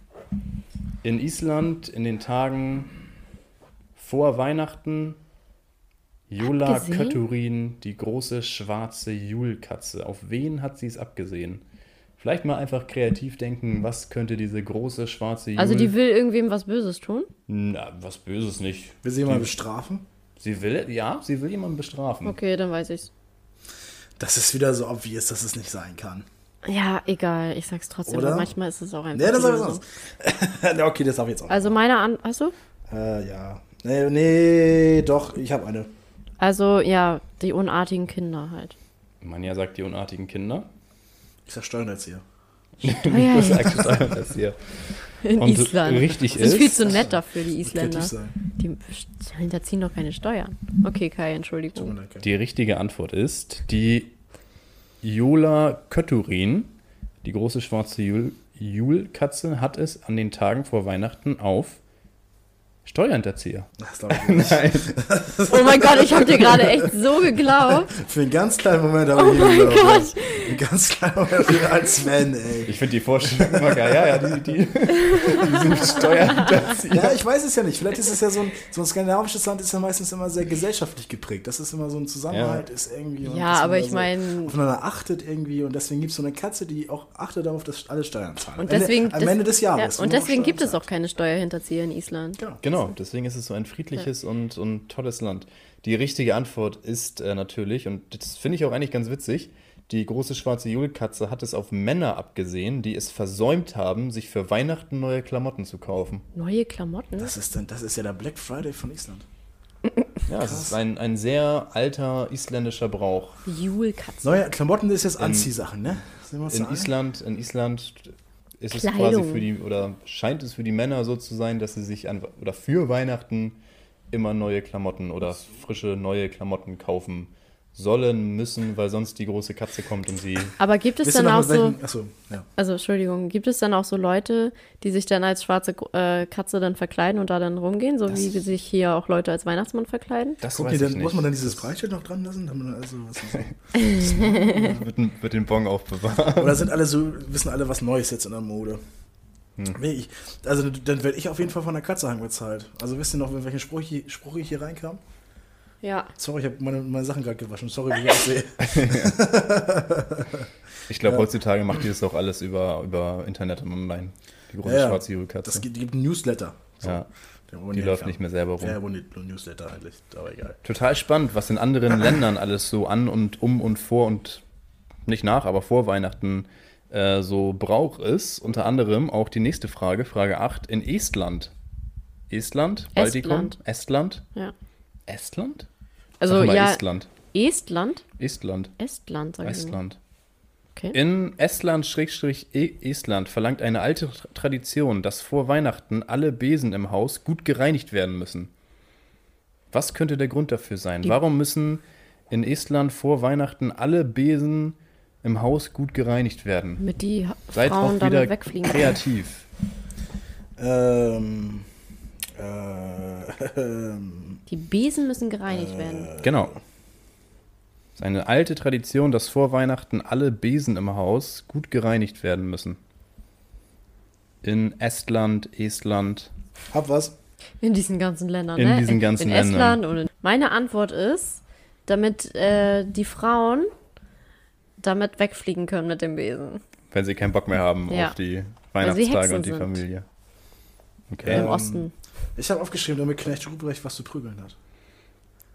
In Island in den Tagen vor Weihnachten Jola Abgesehen? Kötturin, die große schwarze Julkatze. Auf wen hat sie es abgesehen? Vielleicht mal einfach kreativ denken, was könnte diese große schwarze Jul... Also die will irgendwem was Böses tun? Na, was Böses nicht. Will sie mal bestrafen? Sie will, ja, sie will jemanden bestrafen. Okay, dann weiß ich's. Das ist wieder so obvious, dass es nicht sein kann. Ja, egal, ich sag's trotzdem. Oder? weil Manchmal ist es auch einfach. Ne, das die sag ich Lösung. sonst. Ne, okay, das darf ich jetzt auch. Also meine An... Achso? Äh, ja. Nee, nee, doch, ich habe eine. Also, ja, die unartigen Kinder halt. Manja sagt die unartigen Kinder. Ich sag Steuernetzieher. Ah, ja, ja. Sagst du einfach, dass hier- In Und Island. richtig das ist. viel ist- zu nett dafür, die Isländer. kreativ sein. Die hinterziehen doch keine Steuern. Okay, Kai, Oh, Entschuldigung. Die richtige Antwort ist die Jola Kötturin, die große schwarze Jul- Julkatze, hat es an den Tagen vor Weihnachten auf Steuerhinterzieher. Das glaub ich nicht. Oh mein Gott, ich habe dir gerade echt so geglaubt. Für einen ganz kleinen Moment habe Oh ich mein geglaubt, Gott. ja. Einen ganz kleinen Moment als Sven, ey. Ich finde die Vorstellung immer geil. Ja, ja, die, die, die sind Steuerhinterzieher. Ja, ich weiß es ja nicht. Vielleicht ist es ja so ein, so ein skandinavisches Land ist ja meistens immer sehr gesellschaftlich geprägt. Das ist immer so ein Zusammenhalt, ist irgendwie. und Ja, dass man aber da ich so mein- Aufeinander achtet irgendwie und deswegen gibt es so eine Katze, die auch achtet darauf, dass alle Steuern zahlen. Und Am deswegen, Ende, am Ende des Jahres. Ja, und muss man deswegen gibt es Steuern auch keine Steuerhinterzieher in Island. zahlen. Genau. Genau, deswegen ist es so ein friedliches und, und tolles Land. Die richtige Antwort ist äh, natürlich, und das finde ich auch eigentlich ganz witzig, die große schwarze Julkatze hat es auf Männer abgesehen, die es versäumt haben, sich für Weihnachten neue Klamotten zu kaufen. Neue Klamotten? Das ist, dann, das ist ja der Black Friday von Island. Ja, es ist ein, ein sehr alter isländischer Brauch. Julkatzen. Neue Klamotten ist jetzt Anziehsachen, ne? Sehen wir uns In da ein? Island, in Island ist es Kleidung. quasi für die, oder scheint es für die Männer so zu sein, dass sie sich an, oder für Weihnachten immer neue Klamotten oder frische neue Klamotten kaufen sollen, müssen, weil sonst die große Katze kommt und sie. Aber gibt es Wisst ihr dann noch, auch mit so, welchen- Achso, ja. also Entschuldigung, gibt es dann auch so Leute, die sich dann als schwarze äh, Katze dann verkleiden und da dann rumgehen, so wie sich hier auch Leute als Weihnachtsmann verkleiden? Das Guck, nee, dann, muss man dann dieses Preisschild noch dran lassen? Dann man also, was ist das? Wird, den- wird den Bon aufbewahren. Oder sind alle so, wissen alle was Neues jetzt in der Mode? Hm. Nee, ich, also dann werde ich auf jeden Fall von der Katze hang bezahlt. Also wisst ihr noch, mit welchen Spruch, ich- Spruch ich hier reinkam? Ja. Sorry, ich habe meine, meine Sachen gerade gewaschen. Sorry, wie ich aussehe. Ich glaube, heutzutage macht ihr das auch alles über, über Internet und online. Die große Ja, ja. schwarze Julkatze. Das gibt, gibt einen Newsletter. ja. Der wo Die läuft nicht mehr selber rum. Ja, wo nicht, nur Newsletter eigentlich, aber egal. Total spannend, was in anderen Ländern alles so an und um und vor und nicht nach, aber vor Weihnachten äh, so Brauch ist. Unter anderem auch die nächste Frage, Frage 8, in Estland. Estland? Baltikum? Estland. Estland? ja. Estland? Also Sag mal ja, Estland. Estland? Estland. Estland, sag ich mal. Estland. Okay. In Estland-Estland verlangt eine alte Tra- Tradition, dass vor Weihnachten alle Besen im Haus gut gereinigt werden müssen. Was könnte der Grund dafür sein? Die- Warum müssen in Estland vor Weihnachten alle Besen im Haus gut gereinigt werden? Mit die Ha- Seid Frauen auch wieder damit wegfliegen. kreativ. Ähm, äh, ähm, Die Besen müssen gereinigt werden. Genau. Es ist eine alte Tradition, dass vor Weihnachten alle Besen im Haus gut gereinigt werden müssen. In Estland, Estland. hab was. In diesen ganzen Ländern, In ne? diesen ganzen in Ländern. Estland und in Meine Antwort ist damit äh, die Frauen damit wegfliegen können mit dem Besen. Wenn sie keinen Bock mehr haben Ja. auf die Weil sie Weihnachtstage Hexen und die sind. Familie. Okay. Im Osten. Ich habe aufgeschrieben, damit Knecht Ruprecht was zu prügeln hat.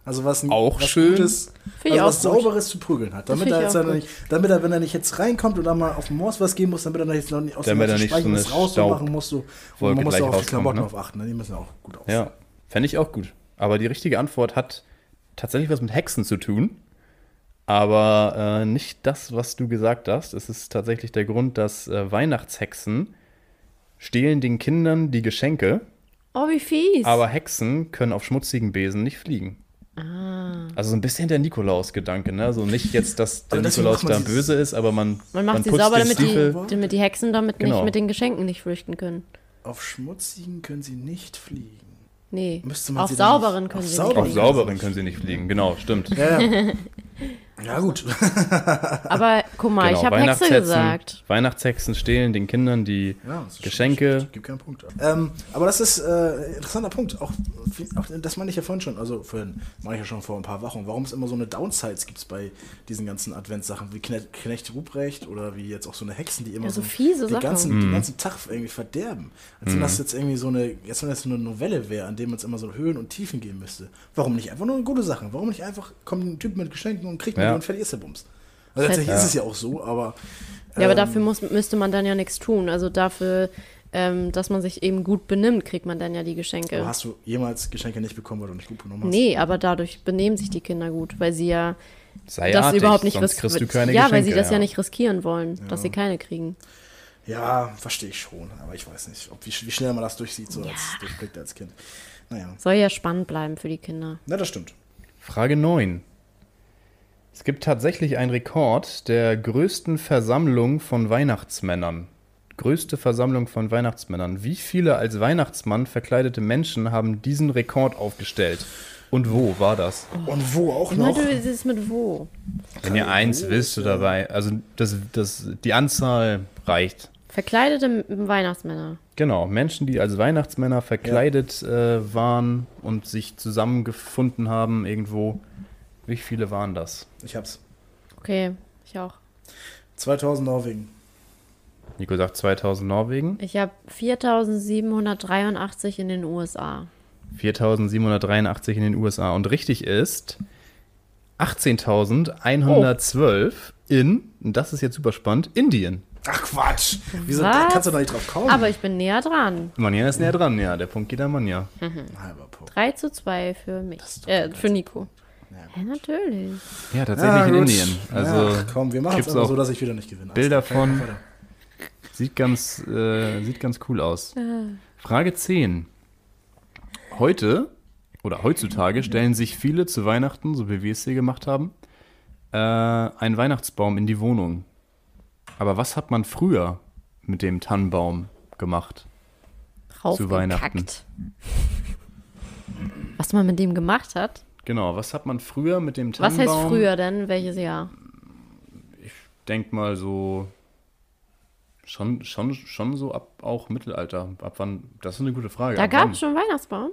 Also was ein- Auch was schön. Gutes, Finde ich also was auch gut. Sauberes zu prügeln hat. Das Damit finde er, ich jetzt auch dann gut. nicht, damit er, wenn er nicht jetzt reinkommt und dann mal auf den Morse was geben muss, damit er dann jetzt noch nicht aus Damit er nicht so Speichen eine was raus und Staub- machen muss. So. Und Wolke man muss gleich auch auf die rauskommt, Klamotten ne? drauf achten. ne? Die müssen auch gut aussehen. Ja, fände ich auch gut. Aber die richtige Antwort hat tatsächlich was mit Hexen zu tun. Aber äh, nicht das, was du gesagt hast. Es ist tatsächlich der Grund, dass äh, Weihnachtshexen stehlen den Kindern die Geschenke, Oh, wie fies. aber Hexen können auf schmutzigen Besen nicht fliegen. Ah. Mhm. Also so ein bisschen der Nikolaus-Gedanke, ne? So nicht jetzt, dass der Aber deswegen Nikolaus macht da man sie- böse ist, aber man, man macht sie putzt sauber, den damit die, Stiefel. damit die Hexen damit Genau. nicht mit den Geschenken nicht flüchten können. Auf schmutzigen können sie nicht fliegen. Nee, Müsste man auf sie dann nicht- sauberen auf können sie sauber- nicht Auf fliegen. sauberen können sie nicht fliegen, genau, stimmt. Ja, ja. ja gut. Aber guck mal, Genau, ich habe Hexe Weihnachtshexen- gesagt. Weihnachtshexen stehlen den Kindern die Ja, das ist Geschenke. schlecht. Gibt keinen Punkt. Ähm, aber das ist äh, ein interessanter Punkt. Auch, auch das meine ich ja vorhin schon. Also vorhin mache ich ja schon vor ein paar Wochen. Warum es immer so eine Downsides gibt bei diesen ganzen Adventssachen wie Knecht, Knecht Ruprecht oder wie jetzt auch so eine Hexen, die immer Ja, so so fiese den, Sachen. ganzen, Mhm. den ganzen Tag irgendwie verderben. Als wenn das jetzt irgendwie so eine, jetzt wenn das so eine Novelle wäre, an dem man es immer so Höhen und Tiefen geben müsste. Warum nicht einfach nur gute Sachen? Warum nicht einfach kommt ein Typ mit Geschenken und kriegt Ja. ja. und fertig ist der Bums? Also tatsächlich ist es ja auch so, aber Ja, Ähm. aber dafür muss, müsste man dann ja nichts tun. Also dafür, ähm, dass man sich eben gut benimmt, kriegt man dann ja die aber Geschenke. hast du jemals Geschenke nicht bekommen, weil du nicht gut genommen hast? Nee, aber dadurch benehmen sich die Kinder gut, weil sie ja Sei das artig, überhaupt nicht sonst riskieren. kriegst du keine ja, Geschenke. weil sie das ja, nicht riskieren wollen, dass sie keine kriegen. Ja, verstehe ich schon, aber ich weiß nicht, ob, wie, wie schnell man das durchsieht, so als durchblickt als Kind. Naja, Soll ja spannend bleiben für die Kinder. na, das stimmt. Frage 9. Es gibt tatsächlich einen Rekord der größten Versammlung von Weihnachtsmännern. Größte Versammlung von Weihnachtsmännern. Wie viele als Weihnachtsmann verkleidete Menschen haben diesen Rekord aufgestellt? Und wo war das? Oh. Und wo auch Na, noch? du, es ist mit wo? Wenn ihr eins wisst oder bei, also das, das, die Anzahl reicht. Verkleidete M- Weihnachtsmänner. Genau, Menschen, die als Weihnachtsmänner verkleidet äh, waren und sich zusammengefunden haben irgendwo. Wie viele waren das? Ich hab's. Okay, ich auch. 2000 Norwegen. Nico sagt 2000 Norwegen, Ich habe 4783 in den USA. 4783 in den USA. Und richtig ist 18.112 in, und das ist jetzt super spannend, Indien. Ach Quatsch! Wieso Was? kannst du da nicht drauf kommen? Aber ich bin näher dran. Manja ist näher dran, ja. Der Punkt geht an Manja. Ein halber Punkt. 3 zu 2 für mich. ist doch Äh, kein für Nico. Ja, Ja, natürlich. Ja, tatsächlich in gut. Indien. Also Ach, komm, wir machen es gibt's einfach auch so, dass ich wieder nicht gewinne. Bilder von. Sieht ganz, äh, sieht ganz cool aus. Ah. Frage 10. Heute oder heutzutage stellen sich viele zu Weihnachten, so wie wir es hier gemacht haben, äh, einen Weihnachtsbaum in die Wohnung. Aber was hat man früher mit dem Tannenbaum gemacht? Raufgekackt. Weihnachten. Was man mit dem gemacht hat? Genau, was hat man früher mit dem Was heißt Tannenbaum? früher denn? Welches Jahr? Denk mal so. Schon, schon, schon so ab auch Mittelalter. Ab wann? Das ist eine gute Frage. Da Ab gab wann? es schon Weihnachtsbaum?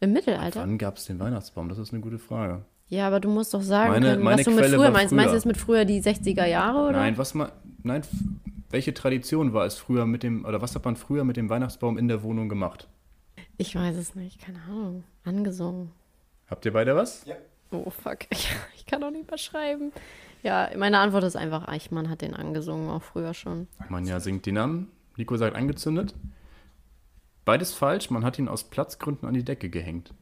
Im Mittelalter? Wann gab es den Weihnachtsbaum? Das ist eine gute Frage. Ja, aber du musst doch sagen, Meine- können, meine was du mit Quelle früher war meinst. früher. Meinst du jetzt mit früher die 60er Jahre oder? Nein, was man. Nein, f- welche Tradition war es früher mit dem, oder was hat man früher mit dem Weihnachtsbaum in der Wohnung gemacht? Ich weiß es nicht, keine Ahnung. Angesungen. Habt ihr beide was? Oh fuck, ich, ich kann doch nicht mehr schreiben. Ja, meine Antwort ist einfach, Eichmann hat den angesungen, auch früher schon. Manja singt ihn an. Nico sagt angezündet. Beides falsch, man hat ihn aus Platzgründen an die Decke gehängt.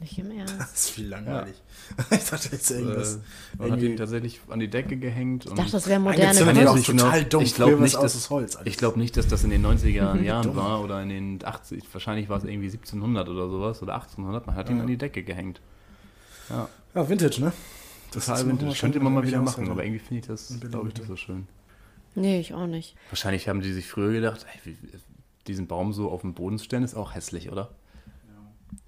Nicht im Ernst. Das ist viel langweilig. ich dachte jetzt irgendwas. Äh, man hat ihn tatsächlich an die Decke gehängt. Ich dachte, das wäre moderne Angezündet Kann ist ich auch nicht total genau- dumm. ich glaub Früher war's nicht, aus dass- das Holz. alles. Ich glaube nicht, dass das in den 90er Jahren war oder in den 80, wahrscheinlich war es irgendwie 1700 oder sowas oder 1800. Man hat ihn an die Decke gehängt. Ja, Vintage, ne? Das Total ist windig. nochmal Könnte schön, man mal wenn wieder ich machen, aushalte. aber irgendwie finde ich das, glaube ich, nicht so schön. Nee, ich auch nicht. Wahrscheinlich haben die sich früher gedacht, ey, wie- diesen Baum so auf den Boden zu stellen, ist auch hässlich, oder?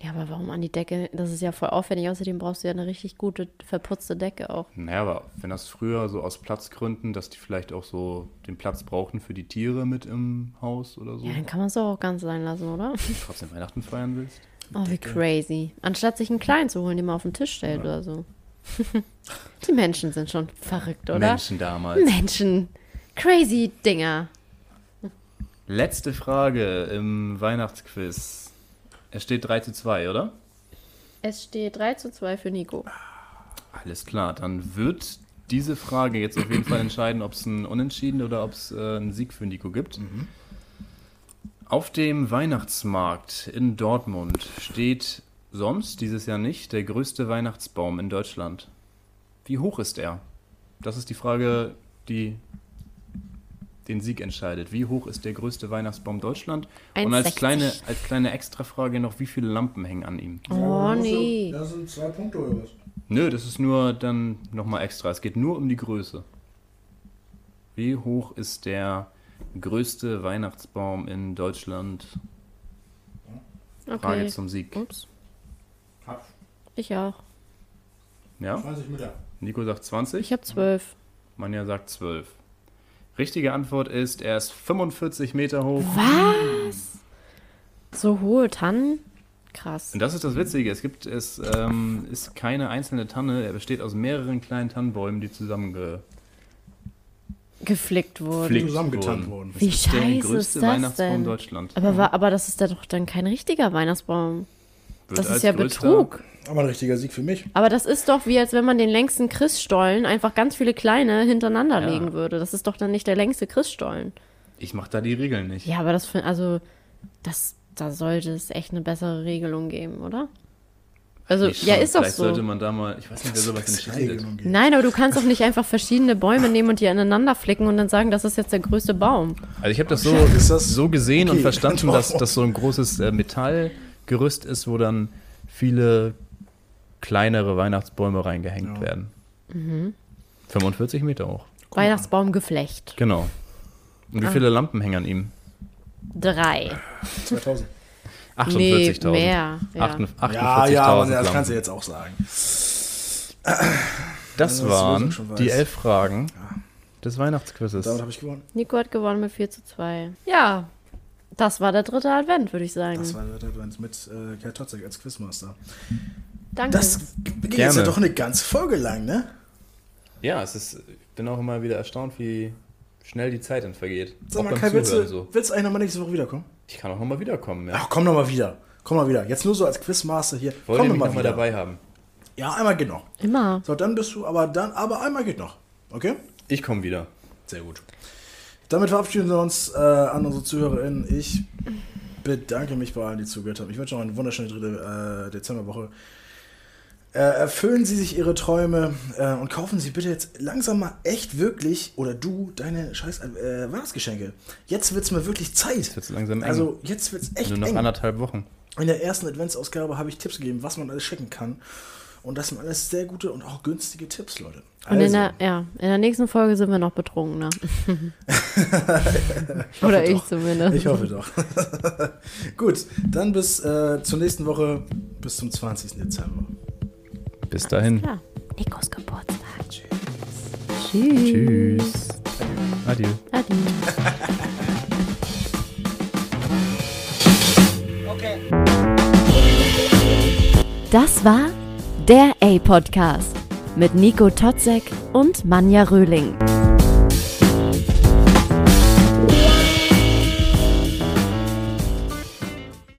Ja, aber warum an die Decke? Das ist ja voll aufwendig. Außerdem brauchst du ja eine richtig gute, verputzte Decke auch. Naja, aber wenn das früher so aus Platzgründen, dass die vielleicht auch so den Platz brauchten für die Tiere mit im Haus oder so, Ja, dann kann man es doch auch ganz sein lassen, oder? trotzdem Weihnachten feiern willst. Oh, wie crazy. Anstatt sich einen kleinen zu holen, den man auf den Tisch stellt oder so. Die Menschen sind schon verrückt, oder? Menschen damals. Menschen. Crazy Dinger. Letzte Frage im Weihnachtsquiz. Es steht 3 zu 2, oder? Es steht 3 zu 2 für Nico. Alles klar, dann wird diese Frage jetzt auf jeden Fall entscheiden, ob es ein Unentschieden oder ob es äh, einen Sieg für Nico gibt. Auf dem Weihnachtsmarkt in Dortmund steht sonst dieses Jahr nicht der größte Weihnachtsbaum in Deutschland. Wie hoch ist er? Das ist die Frage, die den Sieg entscheidet. Wie hoch ist der größte Weihnachtsbaum Deutschland? Und als 1,60. kleine, als kleine Extrafrage noch, wie viele Lampen hängen an ihm? Oh nee. Das sind zwei Punkte oder was? Nö, das ist nur dann nochmal extra. Es geht nur um die Größe. Wie hoch ist der größte Weihnachtsbaum in Deutschland? Frage Okay. zum Sieg. Ups. Hab Ich auch. Ja? 20 Meter. Nico sagt 20, Ich habe zwölf. Manja sagt 12. Richtige Antwort ist, er ist 45 Meter hoch. So hohe Tannen? Krass. Und das ist das Witzige. Es gibt, es ähm, ist keine einzelne Tanne. Er besteht aus mehreren kleinen Tannenbäumen, die zusammengeflickt Geflickt wurden. Flick. Zusammengetannt worden. Wie Der scheiße größte ist das Weihnachtsbaum denn? Deutschland. Aber, wa- aber das ist ja doch dann kein richtiger Weihnachtsbaum. Wird das als ist ja größter- Betrug. Aber ein richtiger Sieg für mich. Aber das ist doch wie, als wenn man den längsten Christstollen einfach ganz viele kleine hintereinander Ja. legen würde. Das ist doch dann nicht der längste Christstollen. Ich mach da die Regeln nicht. Ja, aber das, fin- also, das, da sollte es echt eine bessere Regelung geben, oder? Also, Nicht ja, schon. ist doch Vielleicht sollte so. man da mal, ich weiß nicht, wer sowas entscheidet. Regelung geht. Nein, aber du kannst doch nicht einfach verschiedene Bäume nehmen und die aneinander flicken und dann sagen, das ist jetzt der größte Baum. Also ich habe das so, Oh, Ist das- so gesehen und Okay. Oh. verstanden, dass das so ein großes äh, Metallgerüst ist, wo dann viele kleinere Weihnachtsbäume reingehängt Ja. werden. Mhm. 45 Meter hoch. Weihnachtsbaumgeflecht. Genau. Und Ah. wie viele Lampen hängen an ihm? Drei. 2000. 48.000. Nee, mehr. Ja. 48.000 Ja, ja, aber das Lampen. kannst du jetzt auch sagen. Das Ja, das waren sind schon die weiß. elf Fragen des Weihnachtsquizzes. Damit habe ich gewonnen. Nico hat gewonnen mit 4 zu 2. Ja, das war der dritte Advent, würde ich sagen. Das war der Advent mit äh, Kai Totzek als Quizmaster. Danke. Das ging jetzt Gerne. ja doch eine ganze Folge lang, ne? Ja, es ist, ich bin auch immer wieder erstaunt, wie schnell die Zeit dann vergeht. Sag auch mal, beim Kai, willst Zuhören du, so. willst du eigentlich nochmal nächste Woche wiederkommen? Ich kann auch nochmal wiederkommen, ja. Ach, komm nochmal wieder. Komm mal wieder. Jetzt nur so als Quizmaster hier. Wollt ihr komm mich noch mal nochmal dabei haben? Ja, einmal geht noch. Immer. So, dann bist du, aber dann, aber einmal geht noch. Okay? Ich komme wieder. Sehr gut. Damit verabschieden wir uns äh, an unsere ZuhörerInnen. Ich bedanke mich bei allen, die zugehört haben. Ich wünsche noch eine wunderschöne dritte äh, Dezemberwoche. Äh, erfüllen Sie sich Ihre Träume äh, und kaufen Sie bitte jetzt langsam mal echt wirklich oder du deine scheiß äh, Weihnachtsgeschenke. Jetzt wird's mal wirklich Zeit. Jetzt wird's langsam eng. Also jetzt wird's echt Nur noch eng. anderthalb Wochen. In der ersten Adventsausgabe habe ich Tipps gegeben, was man alles schicken kann. Und das sind alles sehr gute und auch günstige Tipps, Leute. Und Also, in der, ja, in der nächsten Folge sind wir noch betrunkener. Oder ich doch. zumindest. ich hoffe doch. Gut, dann bis äh, zur nächsten Woche, bis zum 20. Dezember. Bis dahin. Ja. Nikos Geburtstag. Tschüss. Tschüss. Tschüss. Adieu. Adi. Das war der A-Podcast mit Nico Totzek und Manja Röhling.